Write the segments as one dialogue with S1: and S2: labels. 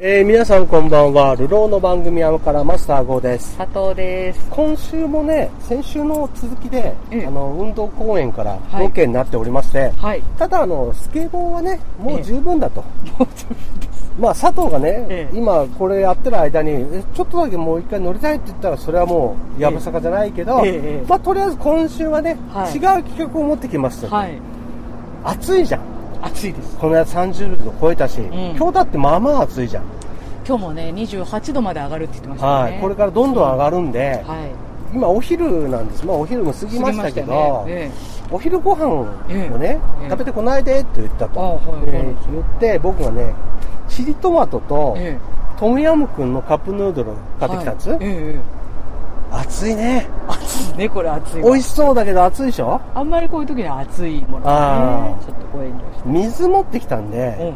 S1: えー、皆さんこんばんは。流浪の番組アからマスター号です。
S2: 佐藤です。
S1: 今週もね、先週の続きで、
S2: ええ
S1: あの、運動公園から
S2: はい
S1: ロケになっておりまして、
S2: はい。
S1: ただあの、スケボーはね、も
S2: え
S1: う
S2: え
S1: 十分だと。まあ、佐藤がね、
S2: ええ
S1: 今これやってる間に、えちょっとだけもう一回乗りたいって言ったら、それはもう、やぶさかじゃないけど、
S2: ええええ
S1: まあ、とりあえず今週はね、
S2: はい
S1: 違う企画を持ってきましたと、
S2: はい。
S1: 暑いじゃん。
S2: 暑いです。
S1: この間30度超えたし、今日だってまあまあ暑いじゃん。
S2: 今日もね、28度まで上がるって言ってましたよ
S1: は
S2: ね。
S1: い、これからどんどん上がるんで、
S2: はい。
S1: 今お昼なんです、まあ、お昼も過ぎましたけど
S2: 過ぎましたよねえ
S1: お昼ご飯をね、
S2: ええ
S1: 食べてこないでって言ったと、
S2: あはい
S1: で
S2: そうなんです
S1: 言って僕がねチリトマトと
S2: ええ
S1: トムヤムクンのカップヌードルを買ってきたんです、
S2: はいええええ
S1: 暑いね
S2: 暑いね、これ暑いわ。
S1: 美味しそうだけど暑いでしょ
S2: あんまりこういう時には暑いもの
S1: あ
S2: が
S1: ー
S2: ね、ちょっとこう遠慮して。
S1: 水持ってきたん
S2: うんう
S1: で
S2: ん。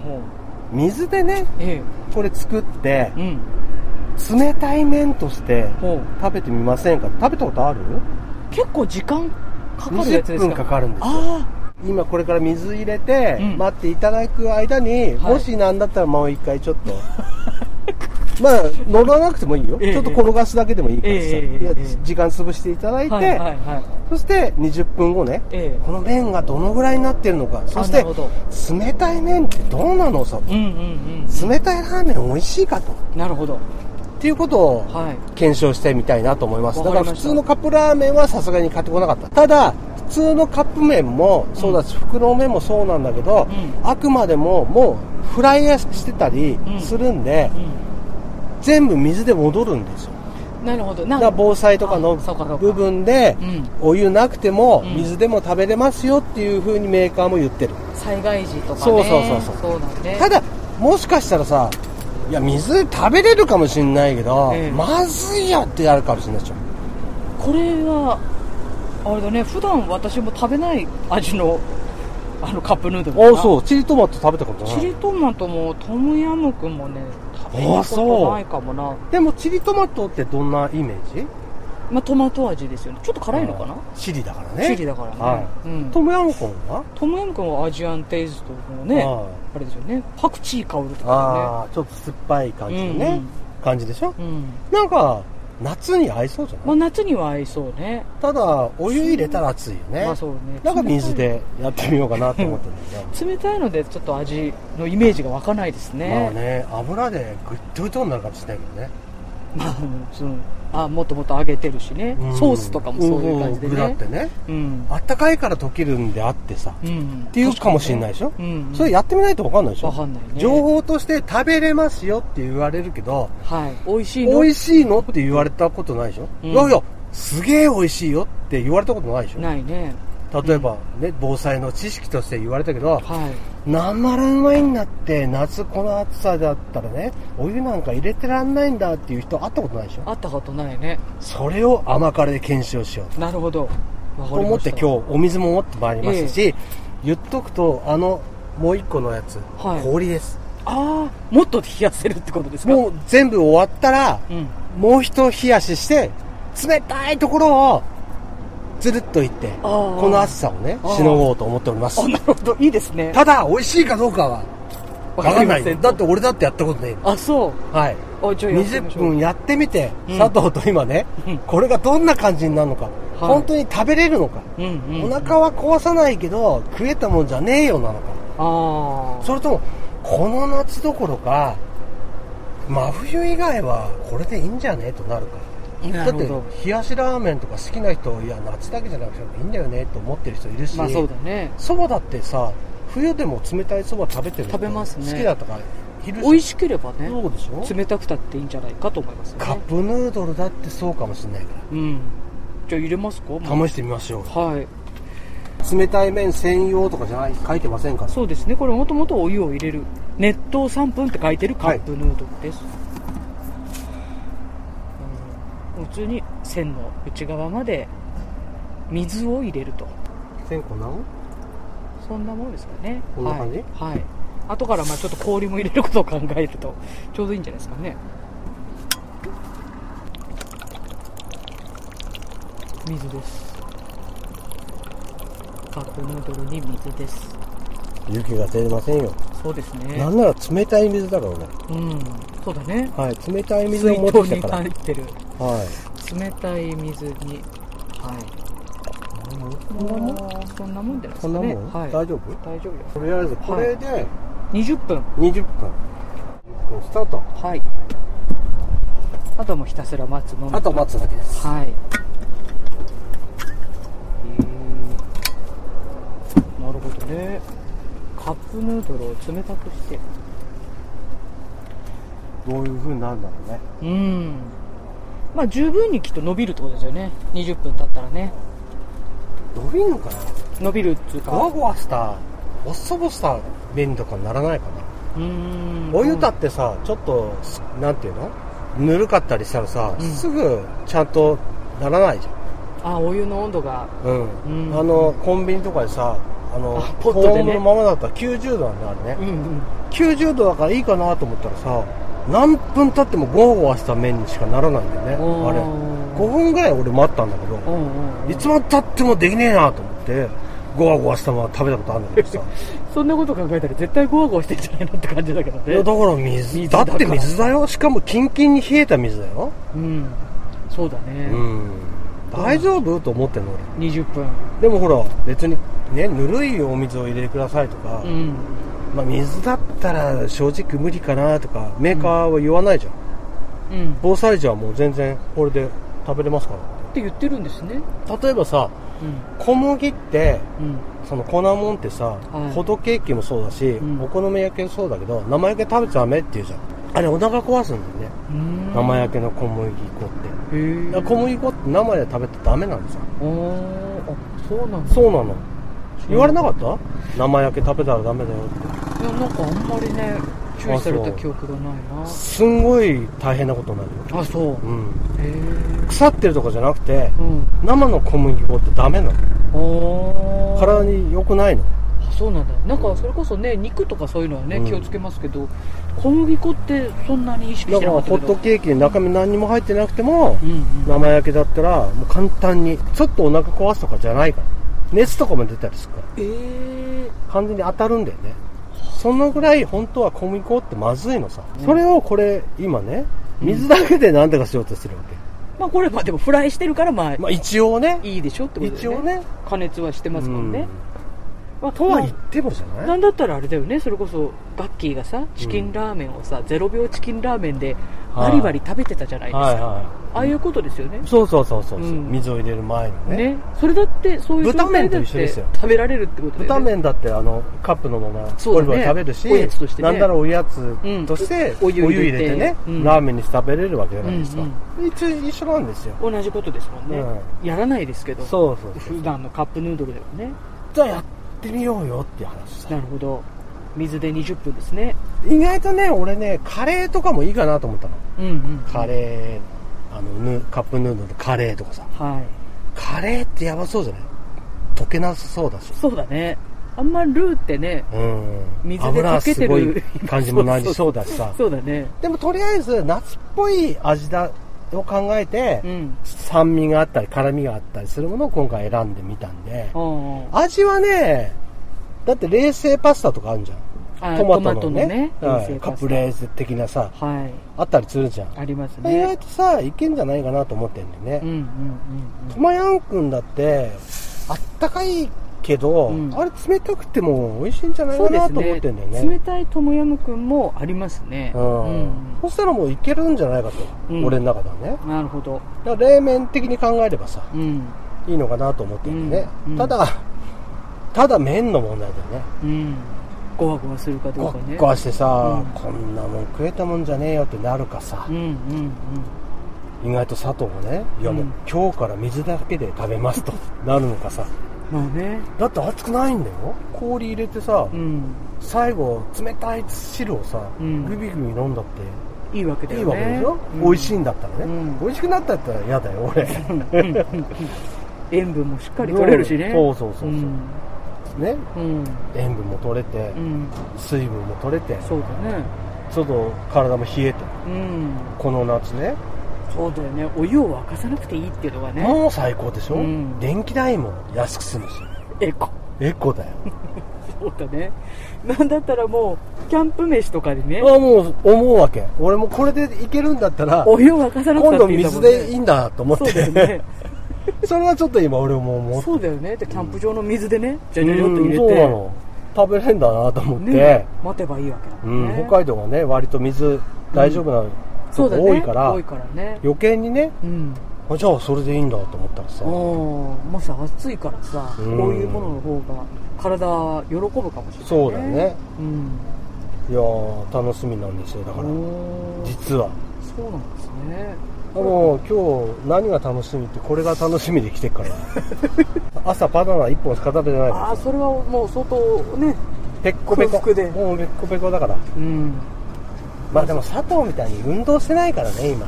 S1: 水でね
S2: え
S1: これ作って
S2: え。うん。
S1: 冷たい麺として
S2: ほう。
S1: 食べてみませんか食べたことある
S2: 結構時間かかるやつ
S1: 20
S2: ですか
S1: 分かかるんですよ
S2: あ
S1: 今これから水入れて、
S2: うん
S1: 待っていただく間に、
S2: はい
S1: もしなんだったらもう一回ちょっと まあ乗らなくてもいいよ、
S2: ええ
S1: ちょっと転がすだけでもいいからさ、
S2: ええええ
S1: いや
S2: ええ
S1: 時間潰していただい
S2: あ。
S1: て、
S2: はいはいはい。
S1: そして20分後ね
S2: ええ。
S1: この麺がどのぐらいになってるのかそし
S2: な
S1: て
S2: るほど
S1: 冷たい麺ってどうなのさ
S2: うんうん
S1: 冷たいラーメン美味しいかと
S2: うん。なるほど。
S1: っていうことを
S2: はい。
S1: 検証してみたいなと思います。だ
S2: わか
S1: か
S2: らり
S1: 普
S2: ました
S1: 通のカップラーメンはさすがに買ってこなかった。ただ、普通のカップ麺もそうだし、袋麺もそうなんだけど、
S2: う
S1: あくまでももうフライヤーしてたり
S2: うん
S1: するんで、
S2: う
S1: 全部水で戻るんですよ。
S2: ん。なるほど。
S1: だ
S2: なん
S1: から防災とかの
S2: あそうかそうか
S1: 部分で
S2: う、ん。
S1: お湯なくても
S2: うん
S1: 水でも食べれますよっていう風にメーカーも言ってる。
S2: 災害時とかね。
S1: そうそうそうそう
S2: そうなんで。
S1: ただ、もしかしたらさ、いや、水食べれるかもしんないけど、
S2: ええ
S1: まずいよってやるかもしれないでしょ。
S2: これはあれだね普段私も食べない味のあのカップヌードルだ
S1: あ
S2: な
S1: あ、そう。チリトマト食べたことない。
S2: チリトマトもトムヤムクンもね食べ
S1: あ
S2: たこと
S1: そう
S2: ないかもな
S1: でもチリトマトってどんなイメージ
S2: まあ、トマト味ですよねちょっと辛いのかな、
S1: チリだからね
S2: チリだからね、
S1: はい
S2: うん、
S1: トムヤムコンは
S2: トムヤムクンはアジアンテイストのねあ
S1: あ
S2: れですよねパクチー香ると
S1: あ
S2: か
S1: ああちょっと酸っぱい感じのね、
S2: うんうん
S1: 感じでしょ
S2: ねうん
S1: なんか夏に合いそうじゃない、
S2: まあ、夏には合いそうね
S1: ただお湯入れたら熱いよね、
S2: まあそうね
S1: なんか水でやってみようかなと思ってるんだよ
S2: 冷たいのでちょっと味のイメージが湧かないですね,、
S1: まあね油でグッととになるかもしれないけどね
S2: まあ、そのあもっともっと揚げてるしね、
S1: うん
S2: ソースとかもそういう感じで
S1: うんうん具だっ
S2: ね
S1: てね
S2: うん
S1: あったかいから溶けるんであってさっ
S2: うんって
S1: いうかもしれないでしょ、
S2: うん
S1: それやってみないと分かんないでしょ
S2: わかんないね
S1: 情報として食べれますよって言われるけど、
S2: はい美味しいの
S1: 美味しいのって言われたことないでしょ、
S2: うん
S1: いやいや、すげえ美味しいよって言われたことないでし
S2: ないね
S1: ょ例えばね、防災の知識として言われたけど、
S2: はい
S1: 何まらうまいんだって、夏この暑さだったらね、お湯なんか入れてらんないんだっていう人会ったことないでしょ
S2: 会ったことないね
S1: それを甘辛で検証しよう
S2: なるほど
S1: と思って今日
S2: 日
S1: お水も持ってまいりましたし、言っとくと、あの、もう一個のやつ、
S2: はい
S1: 氷です。
S2: ああもっと冷やせるってことですか
S1: もう全部終わったら、
S2: う、ん、
S1: もう一冷やしして、冷たいところを、つるっといって、
S2: ー
S1: この暑さをね、
S2: あー
S1: しのごうと思っております
S2: あ。なるほどいいですね
S1: ただ、美味しいかどうかは、わかんない
S2: わり
S1: よ。だ
S2: ま
S1: って俺だってやったことねえよ
S2: せんあそう
S1: はい。
S2: あじゃあやってみま
S1: 20
S2: しょう
S1: 分やってみて、
S2: うん
S1: 佐藤と今ね
S2: うん、
S1: これがどんな感じになるのか、本当に食べれるのか、
S2: うんうん
S1: お腹は壊さないけど、食えたもんじゃねえよなのか、
S2: ああ
S1: それとも、この夏どころか、真冬以外はこれでいいんじゃねえとなるか。
S2: な
S1: だ
S2: る
S1: っ
S2: ほ
S1: て
S2: ど
S1: 冷やしラーメンとか好きな人いや夏だけじゃなくていいんだよねと思ってる人いるし、
S2: まあそうだね
S1: そばだってさ冬でも冷たいそば食べてる人
S2: 食べますね
S1: 好きだとかいる
S2: 美味しければね
S1: そうでしょ
S2: 冷たくたっていいんじゃないかと思いますよ
S1: カッ
S2: ね
S1: プヌードルだってそうかもしれないか
S2: うんじゃあ入れますかもう
S1: ら試してみましょ
S2: はい、
S1: う冷たい麺専用とかじゃない書いてませんから
S2: そうですね、これもともとお湯を入れる、熱湯3分って書いてるカップヌードルです。うん普通に線の内側まで水を入れると、
S1: 線香なの
S2: そんなものですかね。
S1: こんな感じ
S2: はい、はい、後からまあちょっと氷も入れることを考えると、ちょうどいいんじゃないですかね。水です。カップヌードルに水です。
S1: 勇気が出ませんよ
S2: そうですね。
S1: なんなら冷たい水だろうね
S2: うん、そうだね
S1: はい、冷たい水
S2: 水
S1: を持って
S2: 筒
S1: き
S2: に
S1: たから
S2: 入ってる
S1: はい
S2: 冷たい水にはい
S1: こんなもん
S2: そんなもんじゃないですか
S1: こんな
S2: ね
S1: もん、
S2: はい、
S1: 大丈夫
S2: 大丈夫よ
S1: とりあえずこれで
S2: 20分
S1: 20分、20分スタート
S2: はいあとはもうひたすら待つのみ
S1: あと待つだけです
S2: はい。なるほどね。カップヌードルを冷たくして。
S1: どういう風になるんだろうね
S2: うん。まあ十分にきっと伸びるってことですよね。20分経ったらね。
S1: 伸びんのかな
S2: 伸びるっていう
S1: ゴワ
S2: か。
S1: ゴワしたボッサボサ麺とかにならないかな
S2: うん。
S1: お湯だってさちょっとすなんていうのぬるかったりしたらさ、
S2: うん
S1: すぐちゃんとならないじゃ
S2: あ、お湯の温度が。
S1: ん、うん
S2: うん
S1: あのコンビニとかでさあの
S2: あポットでね
S1: 保温のままだったら90度なんだあれ
S2: う
S1: ね、
S2: ん
S1: 90度だからいいかなと思ったらさ何分経ってもゴワゴワした麺にしかならないんだよね
S2: うん。
S1: あれ5分ぐらい俺待ったんだけ
S2: う
S1: ど
S2: んうんうん。
S1: いつまで経ってもできねえなと思ってゴワゴワしたまま食べたことあるんだけ どさ
S2: そんなこと考えたら絶対ゴワゴワしてんじゃないのって感じだけど
S1: いや
S2: ね。
S1: だから水
S2: 水
S1: だ
S2: だ
S1: って水だよしかもキンキンに冷えた水だよ
S2: うん。そうだね。
S1: うん大丈夫と思ってんの俺
S2: 20分。
S1: でもほら別にねぬるいお水を入れてくださいとか、
S2: うん。
S1: まあ、水だったら正直無理かなとかメーカーは言わないじゃん、
S2: うん。
S1: 防災時はもう全然これで食べれますから
S2: って言ってるんですね。
S1: 例えばさ
S2: うん。
S1: 小麦って
S2: うん、
S1: その粉もんってさ、
S2: はい
S1: ホットケーキもそうだし、
S2: うん
S1: お好み焼きもそうだけど生焼け食べちゃダメって言うじゃんあれお腹壊すんだよね、生焼けの小麦粉って
S2: けへ
S1: だ
S2: え
S1: から小麦粉って生で食べてダメなんですよ
S2: おーあそうなんだ
S1: そうなの言われなかった生焼け食べたらダメだよっ
S2: い
S1: て
S2: やなんかあんまりね注意された記憶がない
S1: すんごい大変なことになるよ
S2: なあそう
S1: うん
S2: へえ
S1: 腐ってるとかじゃなくて
S2: うん
S1: 生の小麦粉ってダメなの
S2: おー
S1: 体に良くないの
S2: あそうなんだなんかそれこそね肉とかそういうのはね、
S1: うん
S2: 気をつけますけど小麦粉ってそんなに意識
S1: だ
S2: し
S1: か
S2: て
S1: ら
S2: なか
S1: ホ
S2: ったけ
S1: ット
S2: ど
S1: ケーキに中身何にも入ってなくても
S2: うんうん
S1: 生焼けだったらもう簡単にちょっとお腹壊すとかじゃないから熱とかも出たりするから
S2: えー、
S1: 完全に当たるんだよねそのぐらい本当は小麦粉ってまずいのさそれをこれ今ね水だけで何とかしようとしてるわ
S2: まあこれまあでもフライしてるからまあ
S1: けまあ一応ね
S2: いいでしょってことで、ね、
S1: 一応ね
S2: 加熱はしてますもんね、まあ、
S1: と
S2: と
S1: は言ってもじゃな
S2: ないんだったらあれだよねそれこそガッキーがさチキンラーメンをさ、0秒チキンラーメンでバリバリ食べてたじゃないですか、
S1: は
S2: ああいうことですよね
S1: いそうそうそうそう、
S2: うん
S1: 水を入れる前にね
S2: ねそれだってそういう
S1: 豚
S2: 状態
S1: 麺と
S2: だっ
S1: 一緒で
S2: て
S1: すよ
S2: 食べられるってことだ
S1: 豚
S2: よね
S1: 麺だってあのカップのまま
S2: そうだね
S1: バリバリ食べるし
S2: おやつとしてね
S1: なんならおやつとして、
S2: うんおお湯入れて
S1: 入れてね、
S2: うん
S1: ラーメンにして食べれるわけじゃないですか、
S2: うん
S1: 一応一緒なんですよ
S2: 同じことですもんね、
S1: う
S2: やらないですけど
S1: そうそうそう
S2: 普段のカップヌードルだよね
S1: じゃあやってみようよっていう話さ
S2: なるほど水で20分ですね
S1: 意外とね俺ねカレーとかもいいかなと思ったの
S2: うんうん
S1: カ
S2: ー
S1: レーあのぬカップヌードルカレーとかさ
S2: はい
S1: カレーってやばそうじゃない溶けなさそうだし
S2: そうだねあんまルーってね
S1: うん
S2: 水で溶けてる
S1: 油すごい感じもなりそうだしさ
S2: そうだね
S1: でもとりあえず夏っぽい味だを考えて、
S2: うん
S1: 酸味があったり辛みがあったりするものを今回選んでみたんで
S2: あー
S1: 味はねだって冷製パスタとかあるじゃん
S2: あー
S1: トマトのね
S2: トマトのね
S1: はい
S2: 冷製
S1: カ
S2: パスタ
S1: プレーゼ的なさ
S2: はい
S1: あったりするじゃん、
S2: あります
S1: 意
S2: ね
S1: 外とさいけんじゃないかなと思ってんだよ
S2: う
S1: ね、
S2: んうん
S1: トマヤンくんだってあったかいけど、
S2: うん
S1: あれ冷たくても美味しいんじゃ
S2: うん
S1: な
S2: う
S1: い
S2: ん、そ
S1: か
S2: うで
S1: な
S2: す
S1: と思ってんだよね
S2: ね冷たいトムヤムくんもありますね
S1: うん
S2: うん
S1: そしたらもういけるんじゃないかと、
S2: うん
S1: 俺の中ではね
S2: なるほど
S1: だから冷麺的に考えればさ
S2: うん
S1: いいのかなと思ってるんでね、
S2: うんうん
S1: ただただ麺の問題だよね
S2: うんゴワゴワするかど
S1: ご
S2: う
S1: っ
S2: かね
S1: こはしてさ、
S2: うん
S1: こんなもん食えたもんじゃねえよってなるかさ
S2: う、んうん
S1: 意外と佐藤もねいやもう、
S2: うん
S1: 今日から水だけで食べますとなるのかさ
S2: うんまあね
S1: だって熱くないんだよ氷入れてさ、
S2: うん
S1: 最後冷たい汁をさ、
S2: うん
S1: グビグビ飲んだっ
S2: いいわけ
S1: て
S2: だ
S1: いい
S2: よ
S1: わ
S2: ね
S1: けでしょ、
S2: うん
S1: 美味しいんだったらね、
S2: うん
S1: 美味しくなったったら嫌だよ俺しっ
S2: うんうんうんうん塩分もしっかり取れるしね
S1: そうそうそうそう、
S2: ん
S1: ね
S2: うん
S1: 塩分も取れて、
S2: うん
S1: 水分も取れて
S2: そうだね
S1: ちょっと体も冷えて
S2: うん
S1: この夏ね
S2: そうだよねお湯を沸かさなくていいっていうのがね
S1: もう最高でしょ、
S2: うん
S1: 電気代も安く済むし
S2: エコ
S1: エコだよ
S2: そうだねなんだったらもうキャンプ飯とかでね
S1: あもう思うわけ俺もこれでいけるんだったら
S2: お湯を沸かさなく
S1: 今
S2: た
S1: 度
S2: っていいんだも
S1: 水
S2: んね
S1: でいいんだと思っ
S2: そうだよ
S1: て
S2: ね
S1: それはちょっと今俺も思って
S2: そうだよねでキャンプ場の水でねじゃ
S1: う
S2: じゃじゃっと入
S1: ん
S2: れて
S1: そうなの食べれんだなと思って、
S2: ね待てばいいわけだも
S1: うんん
S2: ね、
S1: 北海道はね割と水大丈夫な
S2: そ
S1: と
S2: うだ
S1: こ
S2: ね
S1: 多いから、
S2: 多いからね
S1: 余計にね
S2: うん
S1: あじゃあそれでいいんだと思ったらさ
S2: おーまさ暑いからさ、
S1: うん
S2: こういうものの方が体喜ぶかもしれない、ね、
S1: そうだよね
S2: うん
S1: いやー楽しみなんですよだから
S2: おー
S1: 実は
S2: そうなんですね
S1: あもう今日何が楽しみってこれが楽しみで来てっから 朝バナナ1本しか食べてないか
S2: あ
S1: ら
S2: あ
S1: さ
S2: それはもう相当ね
S1: ペッコペ
S2: 空
S1: コ
S2: 腹で
S1: もうペッコペコだから
S2: うん
S1: まあでも佐藤みたいに運動してないからね今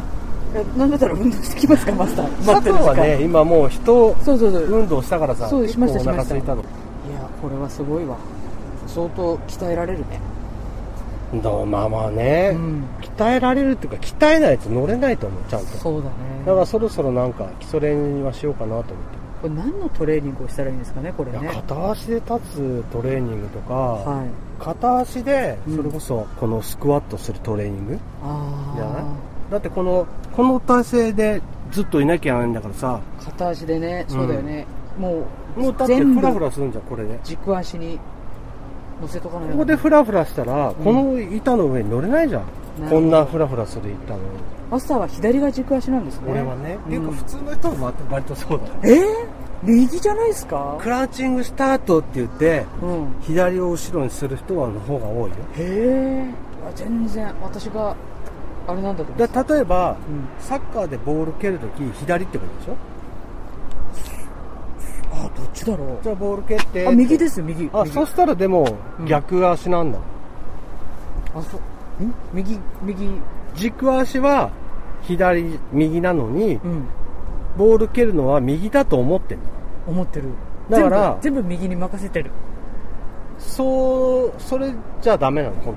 S2: えなんだったら運動してきますかマスター
S1: 佐藤はね今もう人
S2: そうそうそう、い
S1: 運動したからさ
S2: そうし
S1: 結
S2: ま
S1: 構
S2: した
S1: お腹空いたの
S2: やこれはすごいわ相当鍛えられるね
S1: どうまあまあね、
S2: うん
S1: 鍛えられるっていうか鍛えないと乗れないと思うちゃんと
S2: そうだね
S1: だからそろそろなんか基礎練にはしようかなと思って
S2: これ何のトレーニングをしたらいいんですかねこれ
S1: い
S2: ね
S1: や片足で立つトレーニングとか、
S2: はい
S1: 片足で
S2: うん
S1: それこそこのスクワットするトレーニング、
S2: あ
S1: じゃない
S2: あ
S1: だってこのこの体勢でずっといなきゃいけないんだからさ
S2: 片足でね
S1: うん
S2: そうだよね、もう
S1: もうだって
S2: 全部
S1: フラフラするんじゃんこれで
S2: 軸足に乗せとかないと
S1: ここでフラフラしたら、
S2: ん
S1: この板の上に乗れないじゃん
S2: るほど
S1: こんなフラフラする板の
S2: マスターは左が軸足なんですね
S1: 俺はね、
S2: うん
S1: っていうか普通の人は割とそうだよ
S2: えー、右じゃないですか
S1: クラウチングスタートって言って
S2: うん
S1: 左を後ろにする人はの方が多
S2: へ
S1: いよ
S2: え全然私があれなんだと思って
S1: だから例えば
S2: たうん
S1: サッカーでボール蹴るとき左ってことでしょ
S2: あどっちだろう
S1: じゃあボール蹴って
S2: あ右です右
S1: あ
S2: 右
S1: そしたらでも
S2: うん
S1: 逆足なんだ、
S2: あそうん右右
S1: 軸足は左右なのに
S2: うん
S1: ボール蹴るのは右だと思ってんだ
S2: 思ってる
S1: だから
S2: 全部全部右に任せてる
S1: そうそれじゃダメなの本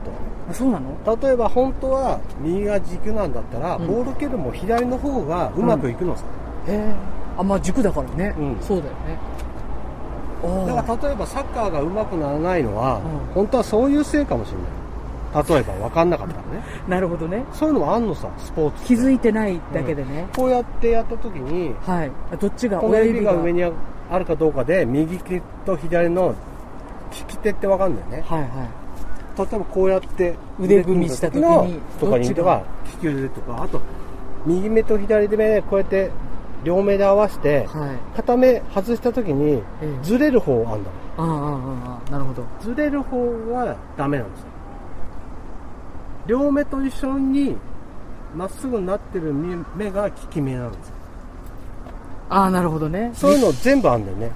S2: あそうなの
S1: 当は例えば本当は右が軸なんだったら、
S2: うん
S1: ボール蹴るも左の方がうまくいくのさ、
S2: へえあまあ軸だからね、
S1: うん
S2: そうだよねあ
S1: だから例えばサッカーがうまくならないのは、
S2: うん
S1: 本当はそういうせいかもしれない例えば分かんなかったらね
S2: あなるほどね
S1: そういうのもあんのさスポーツ
S2: 気づいてないだけでね、
S1: こうやってやった時に
S2: はいあどっちが
S1: この
S2: 親
S1: 指
S2: 指が
S1: が上にああるかどうかで右手と左の利き手って分かるんだよね
S2: はいは
S1: 例えばこうやって
S2: 腕組みした時に
S1: のとか
S2: どっ
S1: に
S2: ちが
S1: では利き腕とかあと右目と左目でこうやって両目で合わせて
S2: いはい
S1: 片目外した時に
S2: ええ
S1: ずれる方あんだ
S2: ああああああなるほど
S1: ずれる方はダメなんですよ両目と一緒にまっすぐになってる目が利き目なんですよ
S2: ああなるほどね
S1: そういうの全部あんだよね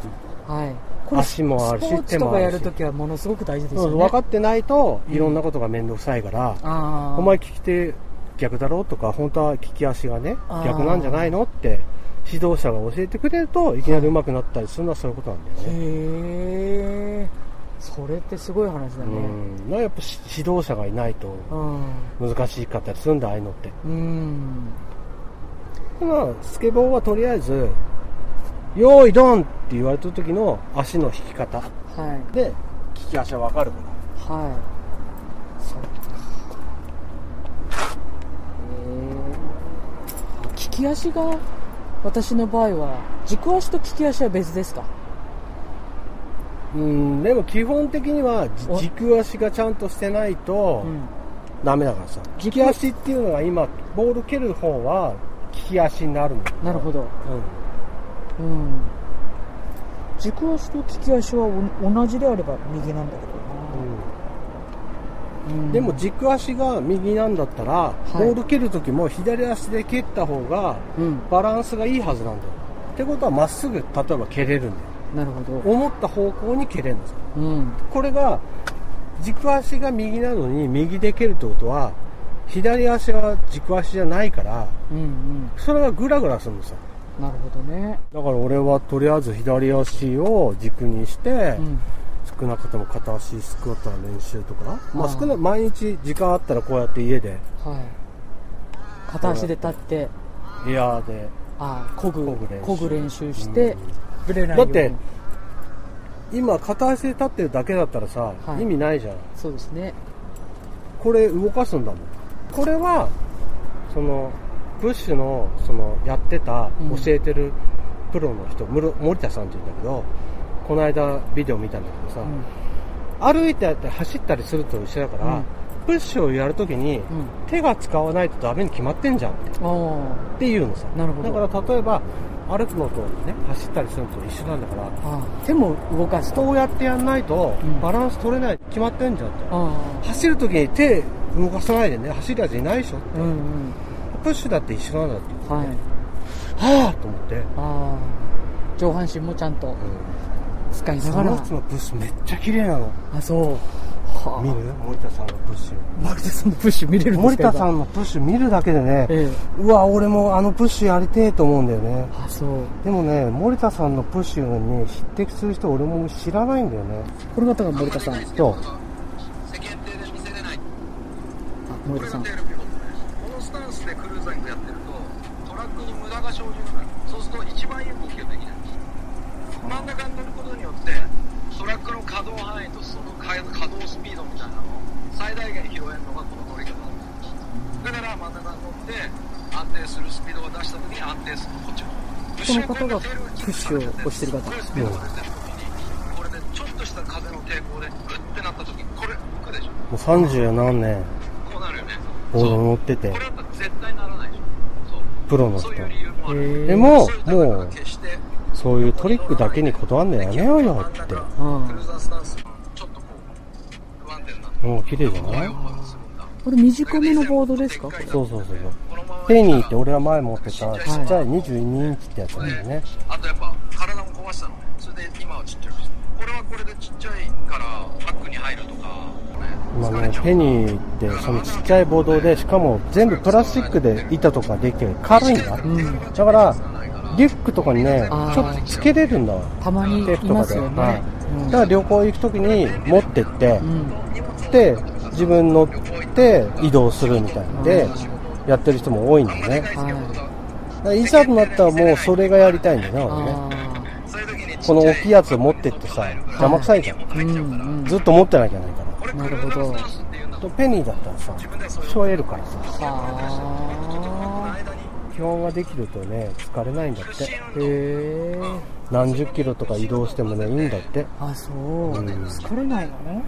S2: はい
S1: 足もあるし
S2: スポーツ
S1: 手
S2: と
S1: も
S2: か
S1: あ
S2: や
S1: るし
S2: るときはものすごく大事です
S1: そ
S2: よ
S1: う
S2: ね
S1: 分かってないといろんなことが面倒くさいから、
S2: ああ
S1: お前聞き手逆だろとか本当は利き足がね
S2: あー
S1: 逆なんじゃないのって指導者が教えてくれるといきなり上手くなったりするのはそういうことなんだよね、
S2: へえそれってすごい話だ
S1: う
S2: ね
S1: んだからやっぱし指導者がいないと
S2: うん
S1: 難しかったりするんだああいうのって
S2: うん
S1: まあスケボーはとりあえず「よーいドン!」って言われた時の足の引き方
S2: はい
S1: で利き足は分かるから
S2: はいそっかへえ利き足が私の場合は軸足と利き足は別ですか
S1: うんでも基本的にはじ
S2: お
S1: 軸足がちゃんとしてないと、
S2: うん
S1: ダメだからさ利き足っていうのが今ボール蹴る方は利き足になるの、
S2: なるほど
S1: うん、
S2: うん軸足と利き足はお同じであれば右なんだけどな、うん
S1: でも軸足が右なんだったら、
S2: い
S1: ボール蹴る時も左足で蹴った方が
S2: うん
S1: バランスがいいはずなんだよってことはまっすぐ例えば蹴れるんだ
S2: な
S1: よ
S2: るほど
S1: 思った方向に蹴れるんですよ
S2: うん
S1: これが軸足が右なのに右で蹴るってことは左足は軸足じゃないから
S2: うんうん
S1: それがグラグラするんですよ
S2: なるほどね、
S1: だから俺はとりあえず左足を軸にして、
S2: うん、
S1: 少なくとも片足スクワットの練習とか、ま
S2: あ
S1: あ、
S2: ー
S1: 少な毎日時間あったらこうやって家で
S2: はい片足で立って
S1: エアーで
S2: ああこぐ
S1: 漕
S2: こ
S1: ぐ練習
S2: ぐ練習して
S1: うん
S2: ぶれないよ
S1: だ
S2: う
S1: っ
S2: に
S1: て今片足で立ってるだけだったらさ、
S2: はい
S1: 意味ないじゃん
S2: そうですね
S1: これ動かすんだもんこれはそのブッシュのそのやってた
S2: うん
S1: 教えてるプロの人、むろ森田さんって言うんだけどこの間ビデオ見たんだけどさ、
S2: うん
S1: 歩いてあって走ったりすると一緒だから、
S2: うん
S1: プッシュをやるときに
S2: うん
S1: 手が使わないとダメに決まってんじゃんって
S2: あ
S1: っていうのさ
S2: なるほど
S1: だから例えば歩くのとね走ったりするのと一緒なんだから
S2: あああ手も動かすと
S1: こうやってやんないと
S2: うん
S1: バランス取れない決まってんじゃんって、
S2: あ
S1: 走るときに手動かさないでね走るやついないでしょ
S2: あうんうん
S1: プッシュだって一緒なんだって言って
S2: はい
S1: はぁと思って、う
S2: あ
S1: ん、
S2: あ上半身もちゃんと使いな
S1: そ
S2: が
S1: の
S2: ら
S1: 人のプッシュめっちゃ綺麗なの
S2: あそうはあ
S1: 見る森田さんのプッシュ
S2: 森田さんのプッシュ見れるんで
S1: 森
S2: すか
S1: 田さ
S2: ん
S1: んのプッシュ見るだけでね、
S2: ええ
S1: うわ俺もあのプッシュやりてえと思うんだよね
S2: あそう
S1: でもね森田さんのプッシュに匹敵する人俺も知らないんだよね
S2: これまたが森田さんあ
S1: そう
S3: 世間体で見せれない
S2: 森田
S3: これ
S2: さ
S3: が
S2: ん
S3: テールピボットですこのスタンスでクルーザリングやってるとトラックに無駄が生じるからそうすると一番いい動きができないんです真ん中に乗ることによってトラックの可動範囲とその可可動スピードみたいなのを最大限拾えるのがこの乗り方なんですだから真ん中に乗って安定するスピードを出した時に安定するこっちの
S2: この方がプッシュを押してる方
S3: これスピードが出てる時にこれでちょっとした風の抵抗でグッてなった時これ浮くでし
S1: も
S3: ょ
S1: う30何年
S3: こうなるよね
S1: ボード
S3: そう
S1: 乗ってて
S3: これだったら絶対ならないでしょ
S1: プロの
S3: そう
S1: 人
S3: そういう理由もあ
S2: へー
S3: る
S1: でも
S3: そういう
S1: も
S3: も
S1: う
S3: う決して
S1: そういうトリックだけにこだわんのやめようよって
S3: うんクルーザースタンスちょっとこう不安定になって
S1: もう綺麗じゃない
S3: 思いをするんだ
S2: これ短めのボードですか
S1: そうそうそうそう
S3: このまま
S1: ペニーって
S3: 行っ
S1: 俺が前持ってたちっちゃい22インチってやつ
S3: た
S1: なんだ
S3: ら
S1: よね
S3: あとやっぱ体も壊したのねそれで今はちっちゃくしてこれはこれでちっちゃいからバックに入るとか
S1: 今ねペニーってそのちっちゃいボードでしかも全部プラスチックで板とかできてる軽いんだ、
S2: ん
S1: だからリュックとかにね
S2: あー
S1: ちょっとつけれるんだわ
S2: たまにい
S1: テープと
S2: ま
S1: か
S2: す
S1: で、
S2: よね、
S1: はいだから旅行行く時に持ってって、
S2: うん
S1: で自分乗って移動するみたいなんでやってる人も多いんだよね
S2: は
S1: だからいざとなったらもうそれがやりたいんだよね
S2: い、
S1: 俺ね
S2: あ
S1: この大きいやつを持ってってさ邪魔くさいじゃん
S2: あ、うんうん、
S1: ずっと持ってなきゃいけないから
S2: なるほど。
S1: とペニーだったらさ添えるからさ
S2: は
S1: 基本ができるとね疲れないんだって
S2: あ、へえ。
S1: 何十キロとか移動してもねいいんだって
S2: あ、そう。疲れないのね。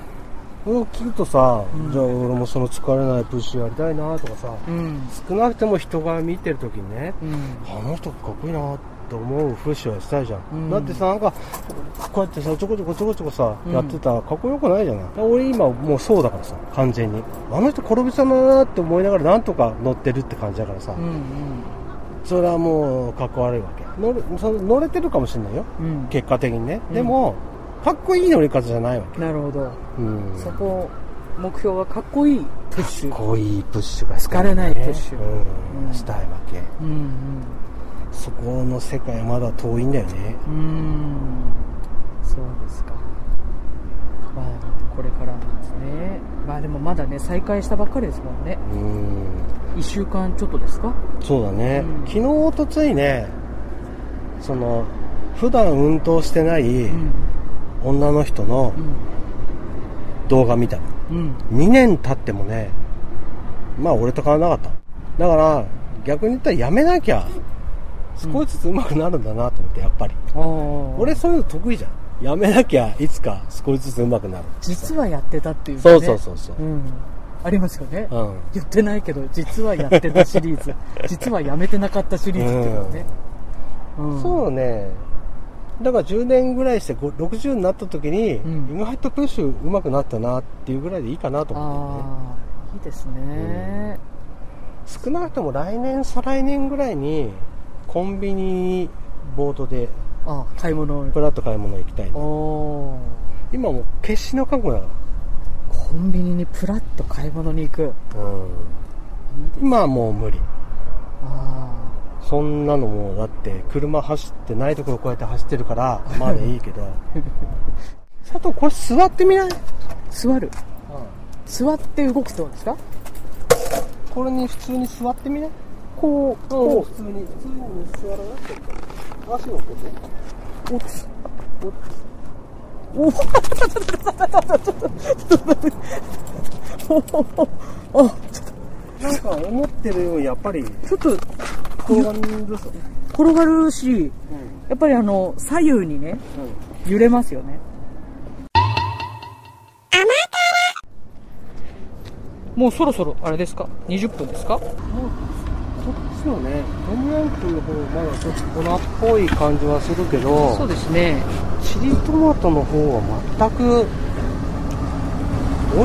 S1: それを聞くとさ、じゃあ俺もその疲れないプッシュやりたいなとかさ
S2: うん。
S1: 少なくても人が見てる時にね
S2: うん。
S1: あの人かっこいいなと思うプッシュはしたいじゃん、
S2: うん
S1: だってさなんかこうやってさちょこちょこちょこちょこさ、
S2: うん
S1: やってたらかっこよくないじゃない俺今もうそうだからさ完全にあの人転びそうだなって思いながらなんとか乗ってるって感じだからさ、
S2: うん。
S1: それはもうかっこ悪いわけ乗るその乗れてるかもしれないよ
S2: うん。
S1: 結果的にね、
S2: うん
S1: でもかっこいい乗り方じゃないわ
S2: なるほど。
S1: け、うん、
S2: そ
S1: かっ
S2: こ、目標はかっこいいプッシュ。
S1: こいいプッシュがした
S2: 疲れないプッシュ
S1: うん
S2: うん
S1: したいわけ
S2: うん
S1: そこの世界はまだ遠いんだよね
S2: うん。うん。そうですか。まあ、これからなんですね。まあでもまだね、再開したばっかりですもんね。
S1: うん
S2: 一週間ちょっとですか
S1: そうだね、
S2: うん
S1: 昨日おとついねその普段運動してない
S2: うん。
S1: 女の人の
S2: うん。
S1: 動画見たの
S2: うん。
S1: 2年経ってもねまあ俺と変わらなかっただから逆に言ったらやめなきゃ少しずつ上手くなるんだなと思ってやっぱり、
S2: ああ。
S1: 俺そういうの得意じゃんやめなきゃいつか少しずつ上手くなる
S2: 実はやってたっていう、ね、
S1: そうそうそうそう
S2: うん、ありますよね、
S1: うん、
S2: 言ってないけど実はやってたシリ ーズ実はやめてなかったシリーズっていうのはね、うん
S1: そうねだから10年ぐらいしてご60になった時に、
S2: うん
S1: 意外とプッシュ上手くなったなっていうぐらいでいいかなと思ってるね
S2: ああいいですね、
S1: 少なくとも来年再来年ぐらいにコンビニにボードで
S2: ああ買い物
S1: プラッと買い物行きたい
S2: お
S1: な
S2: お
S1: 今もう決死の覚悟だか
S2: ーコンビニにプラッと買い物に行く
S1: ら、うん、今はもう無理
S2: あ
S1: そんなのもうだって車走ってないところこうやって走ってるからまだいい けど佐藤これ座ってみない
S2: あ座る座って動くってことですか
S1: これに普通に座ってみない
S2: こう
S1: こ
S2: こ
S1: う普通に普通に座らなくて足を置けて
S2: うおつおおちょっとあ
S1: なんか思ってるよりやっぱり
S2: ちょっと
S1: 転がるぞ。
S2: 転がるし
S1: うん。
S2: やっぱりあの左右にね
S1: うん。
S2: 揺れますよねもうそろそろあれですか20分ですか
S1: こっちのね、トムヤンクンの方、まだちょっと粉っぽい感じはするけど、
S2: そうですね
S1: チリトマトの方は全く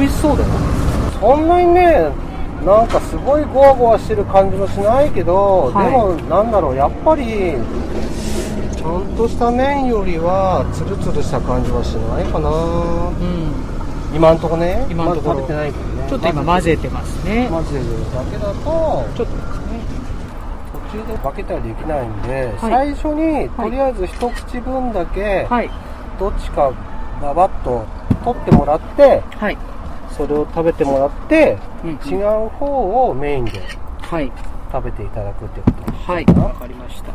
S1: 美味しそうだよそんなにねなんかすごいゴワゴワしてる感じもしないけど、
S2: はい
S1: でもなんだろうやっぱりちゃんとした麺よりはツルツルした感じはしないかな
S2: うん
S1: 今んとこね
S2: 今んとこ
S1: まだ食べてないけどね
S2: ちょっと今混ぜてますね
S1: 混ぜるだけだと
S2: ちょっと
S1: 途中で分けたりできないんで、
S2: はい
S1: 最初にとりあえず一口分だけ
S2: はい
S1: どっちかババッと取ってもらって
S2: はい、
S1: それを食べてもらって
S2: うんうん
S1: 違う方をメインで
S2: はい
S1: 食べていただくってこと
S2: はいわかりました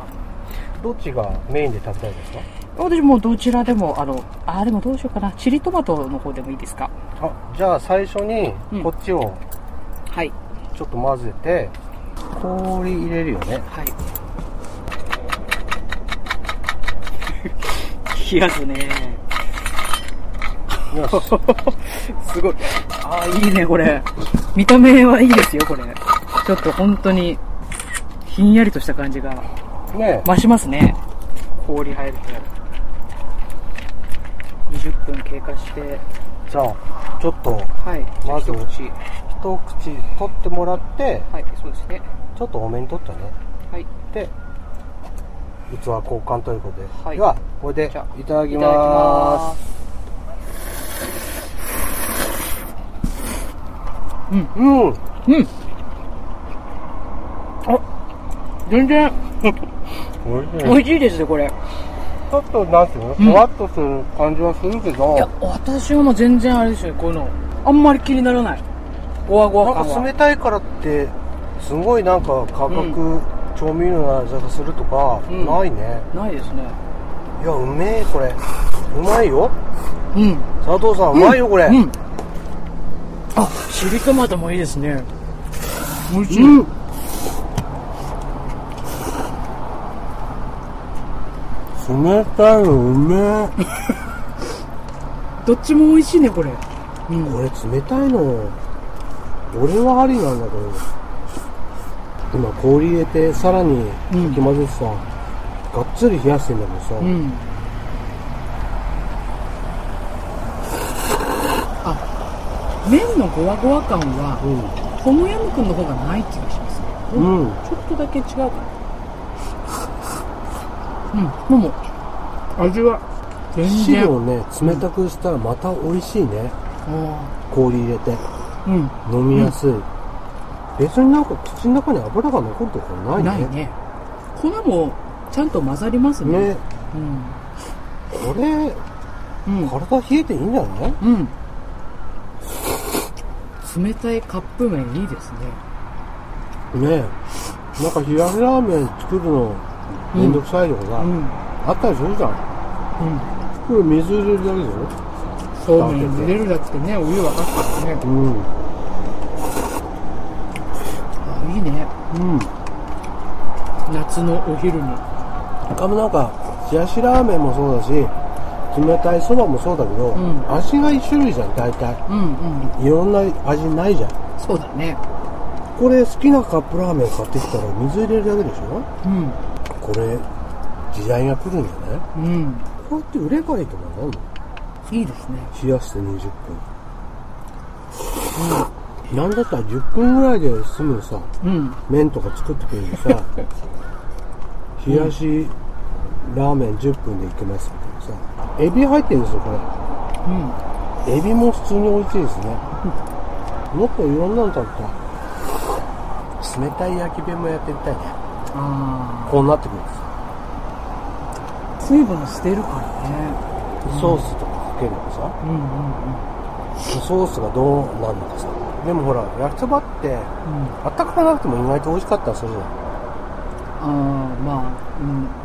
S1: どっちがメインで食べたいですか
S2: 私もうどちらでもあのあーでもどうしようかなチリトマトの方でもいいですか
S1: あじゃあ最初に
S2: うん
S1: こっちを
S2: はい
S1: ちょっと混ぜて、氷入れるよね
S2: はい冷やす ね
S1: よし
S2: すごい。ああ、いいね、これ。見た目はいいですよ、これ。ちょっと本当に、ひんやりとした感じが
S1: ね
S2: 増しますね。氷入ると。20分経過して、
S1: じゃあちょっと
S2: はい。
S1: まず
S2: 一口。
S1: 一口取ってもらって
S2: はい、そうですね。
S1: ちょっと多めに取ったね
S2: はい。
S1: で器交換ということで、
S2: はい
S1: ではこれでい
S2: じゃあ
S1: ただき
S2: いただき
S1: ま
S2: ますす。
S1: うん
S2: うん。あ、全然、
S1: おいし
S2: 美味しいですね、これ。
S1: ちょっとなんていうの
S2: うん
S1: ふわっとする感じはするけど、
S2: いや、私はもう全然あれですよ、この、あんまり気にならない。ごわごわ
S1: なん
S2: 感
S1: か
S2: は。
S1: 冷たいからってすごいなんか価格、
S2: うん
S1: 調味料の味がするとか、
S2: うん
S1: ないね
S2: ないですね。
S1: いやうめえこれうまいよ
S2: うん。
S1: 佐藤さんうまいよこれ、
S2: うん。あ、チリトマトもいいですね。美味しい。
S1: うん冷たいのうめえ
S2: どっちも美味しいね、これ。うん。
S1: これ冷たいの俺はありなんだけど今氷入れてさらにかき混ぜてさ、がっつり冷やしてんだけどさ、
S2: うん。あ、麺のゴワゴワ感は、トムヤムクンの方がない気がしますね。
S1: うん、うん
S2: ちょっとだけ違うかな。うん、でも、味は、全
S1: 汁
S2: 然。
S1: をね冷たくしたらまた美味しいね
S2: あ
S1: 氷入れて
S2: ーうん。
S1: 飲みやすい、別になんか口の中に油が残るとかないね
S2: ないね。粉も、ちゃんと混ざりますね。
S1: ね
S2: うん。
S1: これ
S2: うん。
S1: 体冷えていいんじゃない
S2: うん。冷たいカップ麺いいですね。
S1: ねなんか冷やしラーメン作るのめんどくさいとかさ、
S2: うん。
S1: あったりするじゃん
S2: うん。
S1: これ水入れるだけでしょ
S2: そうめん茹でるだってね、お湯沸かすからね。
S1: うん
S2: あ、いいね。
S1: うん
S2: 夏のお昼に。
S1: 他もなんか冷やしラーメンもそうだし冷たいそばもそうだけど、
S2: うん
S1: 味が一種類じゃん大体
S2: うんうん。
S1: いろんな味ないじゃん
S2: そうだね。
S1: これ好きなカップラーメン買ってきたら水入れるだけでしょ
S2: うん。
S1: これ時代が来るんじゃない
S2: うん。
S1: こうやって売ればいいとかなんの
S2: いいですね。
S1: 冷やして20分うんなんだったら10分ぐらいで済むさ
S2: うん。
S1: 麺とか作ってくれる さ冷やしラーメン10分でいけますみたいなさエビ入ってるんですよこ
S2: うん。
S1: れエビも普通に美味しいです ねもっといろんなの食べたい冷たい焼き弁もやってみたいね
S2: あ
S1: こうなってくるんですよ
S2: あ。水分捨てるからね。
S1: ソースとかかけるのさ、
S2: うんうん
S1: ソースがどうなるのかさ。でもほら、焼きそばって、
S2: うん。うん。
S1: あったかくなくても意外と美味しかったりするじゃん。
S2: あーまあ、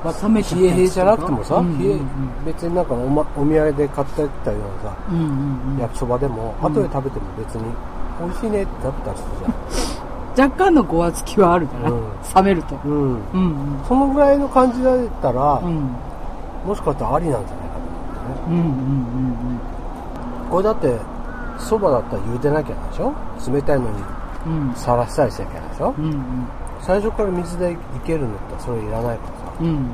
S2: うん、は冷めちゃった
S1: 冷え冷えじゃなくてもさ、
S2: うんうんうん
S1: 冷え別になんかお,、ま、お土産で買ってったようなさ、
S2: うんうんうん
S1: 焼きそばでも、
S2: うん
S1: 後で食べても別に、美味しいねってなったりする
S2: 若干のごわつきはあるから、
S1: うん
S2: 冷めると。
S1: じゃん。うん。
S2: うんうん。
S1: そのぐらいの感じだったら、
S2: うん
S1: もしかしたらありなんじゃないかと思っ
S2: う
S1: てね。
S2: んうんうん
S1: これだって、そばだったら茹でなきゃでしょ冷たいのに
S2: うん。うん
S1: さらしたりしなきゃでしょ
S2: うんうん
S1: 最初から水でいけるんだったらそれいらないからさ。
S2: うん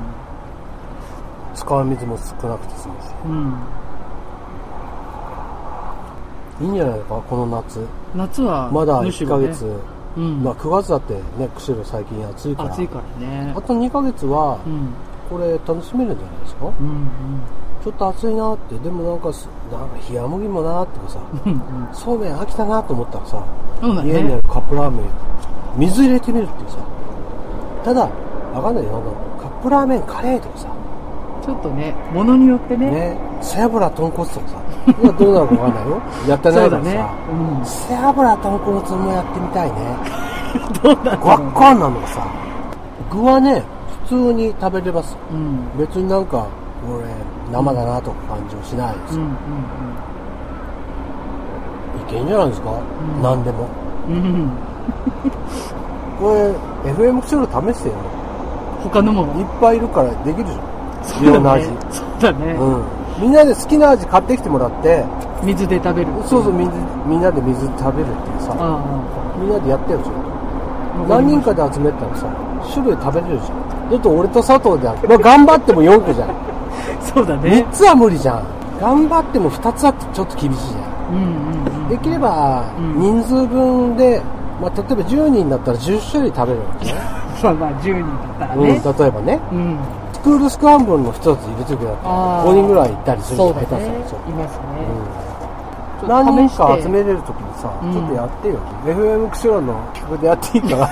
S1: 使う水も少なくて済むし。
S2: うん
S1: いいんじゃないかこの夏。
S2: 夏は
S1: まだ
S2: むし
S1: 1
S2: ろ
S1: ヶ
S2: ね
S1: 月。
S2: うん
S1: まあ9月だってね、釧路最近暑いから。
S2: 暑いからね
S1: あと2ヶ月は
S2: う、ん
S1: これ楽しめるんじゃないですか
S2: うんうん
S1: ちょっと暑いなって、でもなんかす、なんか冷麦もなーってかさ、
S2: うんうん
S1: そうめん飽きたなと思ったらさ、
S2: そうだ
S1: 家にあ
S2: ね
S1: るカップラーメン、水入れてみるっていうさ、ただ、わかんないよ、あのカップラーメンカレーとかさ、
S2: ちょっとねものによってね
S1: ね、背脂豚骨とかさ、いやどうなるかわかんな いよ。やってな
S2: そ
S1: いうか
S2: だ
S1: ら
S2: ね
S1: さ、
S2: うん
S1: 背脂豚骨もやってみたいね。
S2: どうだ
S1: ごわっかんなのがさ、具はね、普通に食べれます。
S2: うん
S1: 別になんか、俺、生だなとか感じもしないで
S2: う
S1: す。
S2: ん
S1: いけんじゃないですか、
S2: ん
S1: 何でも。
S2: うんうんうん
S1: これ、FM ショール試してよ。
S2: 他の
S1: い
S2: も
S1: っぱいいるからできるじゃん。い
S2: そう
S1: ろんな
S2: だ
S1: 味。
S2: ね
S1: う
S2: そうだね
S1: ん。みんなで好きな味買ってきてもらって、
S2: 水で食べる
S1: そうそう、みんみんなで水食べるっていうさ、
S2: あ
S1: みんなでやってるじゃん。
S2: あ
S1: 何人かで集めたらさ、種類食べれるじゃん。だって俺と佐藤である。まあ、頑張っても4個じゃん。
S2: そうだね
S1: 3つは無理じゃん。頑張っても2つはちょっと厳しいじゃん。
S2: うんうんうん
S1: できれば、
S2: うん
S1: 人数分で、まあ、例えば10人だったら10種類食べるわけね。
S2: まあまあ10人だったら
S1: うん、
S2: ね
S1: 例えばね。
S2: うん
S1: スクールスクランブルの人たちいるときだった
S2: あ
S1: ら、
S2: ー
S1: 5人ぐらい行ったりするじゃ
S2: そ
S1: ん
S2: うだね
S1: 下手するとそう
S2: いますね
S1: うん何人か集
S2: て
S1: めれるときにさ、
S2: うん
S1: ちょっとやってよ。FM クシュラの企画でやっていい から、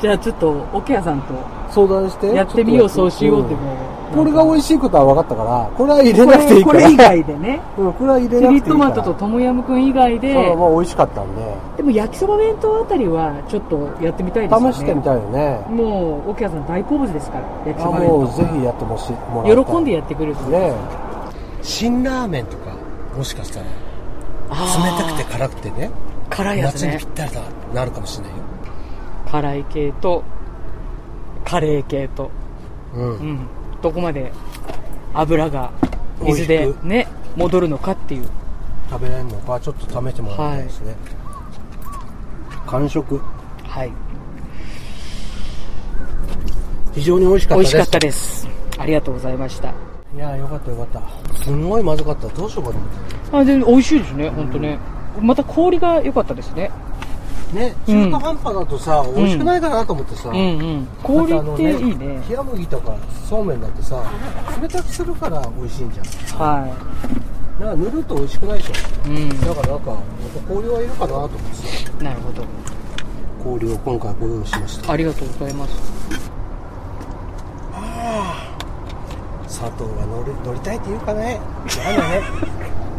S2: じゃあちょっと桶屋さんと
S1: 相談して。
S2: やってみよう
S1: ちょ
S2: そ
S1: っ
S2: う
S1: と
S2: し
S1: や
S2: よ
S1: っ
S2: うって
S1: て
S2: もう
S1: これが美味しいことは分かったから、これは入れ
S2: こ
S1: なくてい
S2: れ
S1: いか
S2: こ
S1: ら。
S2: れ以外でね
S1: うん、これは入れ
S2: チ
S1: なくてい
S2: リ
S1: いから。
S2: トマトとトムヤムくん以外で
S1: そう、まあ美味しかったんで、
S2: でも焼きそば弁当あたりはちょっとやってみたいですよね
S1: 試してみたいよね。
S2: もう桶屋さん大好物ですから焼き
S1: あ
S2: そば弁
S1: もうぜひやってほしい。もらいたい
S2: 当喜んでやってくれると思う
S1: ね辛ラーメンとか、もしかしたら、冷たくて辛くてね、
S2: 辛いやつ
S1: 夏に
S2: ね
S1: ぴったりだ、なるかもしれないよ。
S2: 辛い系とカレー系と
S1: うん
S2: うんどこまで油が水で
S1: 美味しく
S2: ね戻るのかっていう
S1: 食べれるのかちょっと試してもらいたいですね、完食
S2: はい
S1: 非常に美味しか
S2: 美味
S1: ったです
S2: しかったですありがとうございました
S1: いやーよかったよかったすんごいまずかったどうしようかと思っ
S2: あで美味しいですね本当ねまた氷が良かったですね
S1: たね
S2: うん
S1: 中途半端だとさ、美味しくないかなと思ってさ、
S2: うんうん
S1: だ
S2: 氷
S1: あ
S2: っ
S1: の
S2: ていいね
S1: 冷麦とかそうめんだってさ冷たくするから美味しいんじゃん
S2: は
S1: なんか塗ると美味しくないでし
S2: いうん
S1: ょだからなんかやっぱ氷はいるかなと思ってさ
S2: なるほど
S1: 氷を今回ご用意しました
S2: ありがとうございます
S1: 佐藤が乗り乗りたいって言うか ねなんだね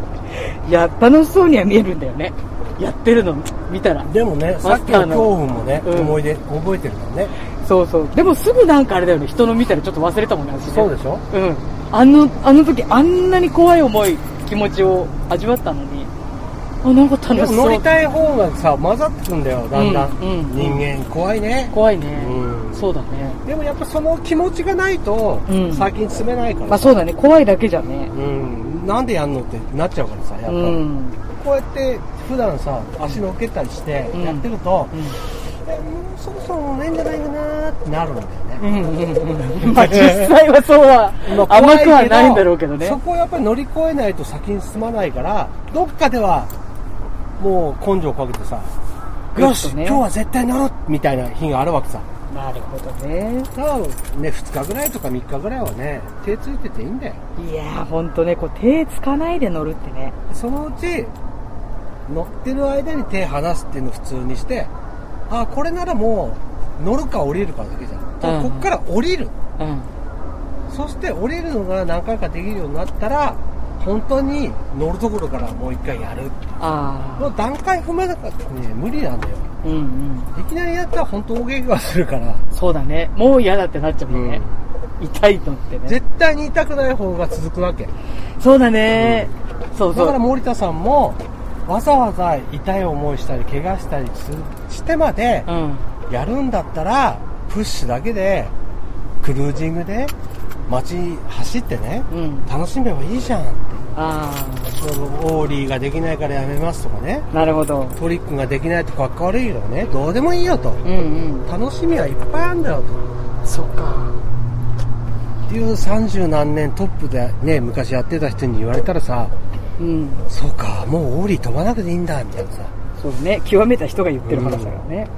S2: いや楽しそうには見えるんだよねやってるの見たら
S1: でもねさ
S2: マ
S1: っ
S2: ス
S1: き
S2: ター
S1: の
S2: の
S1: 恐怖もね、
S2: うん
S1: 思い出覚えてるからね
S2: そうそうでもすぐなんかあれだよね人の見たらちょっと忘れたもんね私ね
S1: そうでしょ
S2: うんあのあの時あんなに怖い思い気持ちを味わったのにあなんか楽
S1: で
S2: し
S1: も
S2: そ
S1: 乗
S2: う
S1: りたい方がさ混ざってくんだよだんだん、
S2: うんうん
S1: 人間怖いね
S2: 怖いね、
S1: うん
S2: そうだね
S1: でもやっぱその気持ちがないと、
S2: うん
S1: 先に進めないから
S2: まあそうだね怖いだけじゃね
S1: うんなんでやんのってなっちゃうからさやっぱ、
S2: うん
S1: こうやって普段さ足のっけたりして
S2: うん
S1: やってると、
S2: うん
S1: えもうそろそろないんじゃないかなってなるんだよ
S2: う
S1: ね、
S2: んうん うんまあ実際はそうは
S1: まあ
S2: 甘
S1: 怖いけ
S2: く
S1: ど
S2: はないんだろうけどね
S1: そこをやっぱり乗り越えないと先に進まないからどっかではもう根性をかけてさ、
S2: ぐっとね
S1: よし今日は絶対乗るみたいな日があるわけさ
S2: なるほどね
S1: さあね2日ぐらいとか3日ぐらいはね手ついてていいんだよ
S2: いやーほんとねこう手つかないで乗るってね
S1: そのうち乗ってる間に手離すっていうのを普通にしてあこれならもう乗るか降りるかだけじゃ
S2: う
S1: ん、
S2: ん
S1: こっから降りる
S2: うん
S1: そして降りるのが何回かできるようになったら本当に乗るところからもう一回やる
S2: あ
S1: の段階踏めなかったらね無理なんだよ
S2: あうんうん
S1: いきなりやったら本当大怪我するから、
S2: そうだねもう嫌だってなっちゃうもんね、痛いのってね
S1: 絶対に痛くない方が続くわけ
S2: そうだね、そうそ
S1: だ
S2: う
S1: から森田さんもわざわざ痛い思いしたり怪我したりすしてまで
S2: うん
S1: やるんだったらプッシュだけでクルージングで街走ってね
S2: うん
S1: 楽しめばいいじゃんって
S2: あ
S1: そのオーリーができないからやめますとかね
S2: あなるほど
S1: トリックができないとかっこ悪いよねどうでもいいよと
S2: うんうん
S1: 楽しみはいっぱいあるんだよと
S2: そっか
S1: っていう三十何年トップでね昔やってた人に言われたらさ
S2: うん
S1: そうかもうオーリー飛ばなくていいんだみたいなさ
S2: そうね極めた人が言ってる話だからね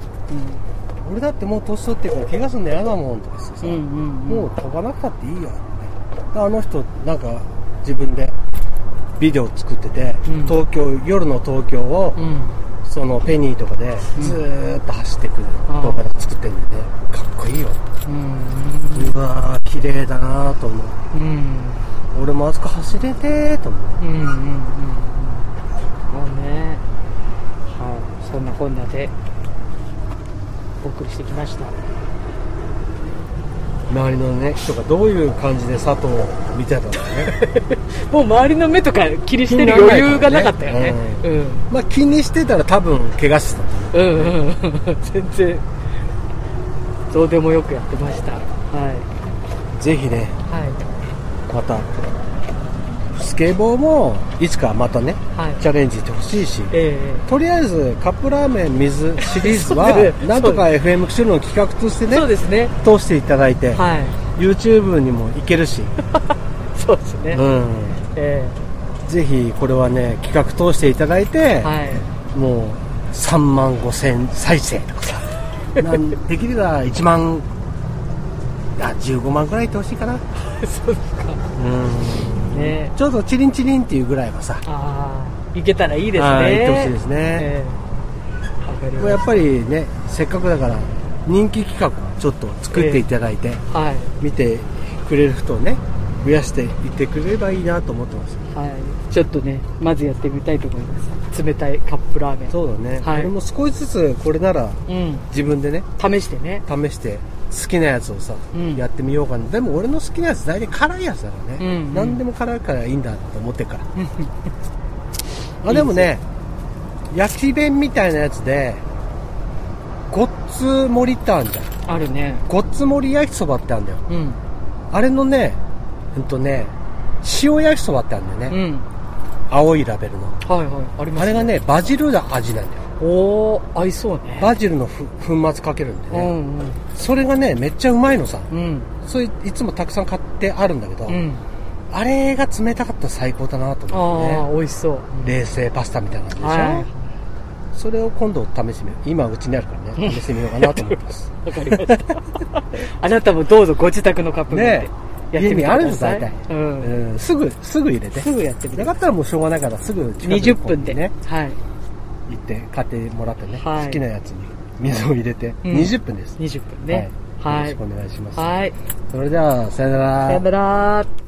S1: 俺だってもう年取ってから怪我するの嫌だもんとかしてさ、
S2: うんうんうん
S1: もう飛ばなくたっていいよってあの人なんか自分でビデオ作ってて、
S2: うん
S1: 東京夜の東京を、
S2: うんうん
S1: そのペニーとかで
S2: ん
S1: ずーっと走ってくる
S2: あー
S1: 動画とか作ってるんだよねかっこいいよ
S2: うん
S1: うわー綺麗だなーと思う
S2: うん
S1: 俺もあそこ走れてーと思
S2: う
S1: う
S2: んうんうんうんもうねはいそんなこんなでお送りしてきました
S1: 周りのね人がどういう感じで佐藤を見てたのか ね
S2: もう周りの目とか気にしてる余裕がなかったよね
S1: うまあ気にしてたら多分怪我してた
S2: うんうんうんうん全然どうでもよくやってましたは
S1: ぜひね
S2: いは
S1: またスケボーもいつかまたね
S2: いはい
S1: チャレンジしてほしいし
S2: え
S1: とりあえずカップラーメン水シリーズ
S2: そうで
S1: は
S2: すね
S1: なんとか FM シュの企画として
S2: えそう
S1: ね
S2: ですね
S1: 通していただいて、
S2: はい
S1: YouTube にも行けるし、
S2: そうですね、
S1: うん、
S2: え
S1: ぜひこれはね企画通していただいて、
S2: えはい
S1: もう3万5千再生とか さなんできれば1万あ15万くらいいってほしいかな、
S2: そうですか
S1: うん、
S2: ね
S1: ちょっとチリンチリンっていうぐらいはさ
S2: ああいけたらいいですね
S1: はい行ってほしいですね
S2: ええわかりま
S1: もう
S2: し
S1: やっぱりねせっかくだから人気企画をちょっと作っていただいて、
S2: たはい
S1: 見てくれる人をね増やしていってくれればいいなと思ってます
S2: はい、ちょっとね、まずやってみたいと思います。冷たいカップラーメン。
S1: そうだね、
S2: はい
S1: 俺も少しずつこれなら
S2: うん。
S1: 自分でね
S2: 試してね。
S1: 試して好きなやつをさ、
S2: うん
S1: やってみようかなでも俺の好きなやつ大体辛いやつだからね、
S2: うんうん
S1: 何でも辛いからいいんだと思ってるからあでもね焼き弁みたいなやつでごっつ盛りってあるじゃん
S2: あるね。
S1: ごっつ盛り焼きそばってあるんだよ
S2: うん。
S1: あれのねうんとね塩焼きそばってあるんだよ
S2: う
S1: ね、
S2: ん。
S1: 青いラベルの
S2: はいはい。あります、
S1: あれが。ねバジル味なんだよ
S2: おー、合いそうね。
S1: バジルのふ粉末かけるんで
S2: う
S1: ね、
S2: んうん。
S1: それがねめっちゃうまいのさ
S2: うん。
S1: それいつもたくさん買ってあるんだけど、
S2: うん。
S1: あれが冷たかったら最高だなと
S2: あ
S1: 思
S2: あ
S1: っ
S2: ー、美味しそう。
S1: てね冷製パスタみたいな感じでしょ、
S2: は
S1: それを今度試してみよう今 うちにあるからね試してみようかなと思ってます
S2: い。わかりました。あなたもどうぞご自宅のカップ麺
S1: ね
S2: でやって
S1: え家
S2: みて
S1: に
S2: く
S1: あ
S2: だ
S1: るんです
S2: さい。
S1: 大体、
S2: う。
S1: うんんすぐすぐ入れて
S2: すぐやってみて
S1: なかったらもうしょうがないからすぐ近くの
S2: 20
S1: コン
S2: 分
S1: ビ
S2: で。
S1: ニね
S2: はい。
S1: 行って買ってもらってね、
S2: はい
S1: 好きなやつに水を入れて、
S2: うん
S1: 20分です
S2: 20分ね。
S1: は、
S2: はいい
S1: よろしく。お願いします、
S2: はい。
S1: それではさよなら
S2: さよなら。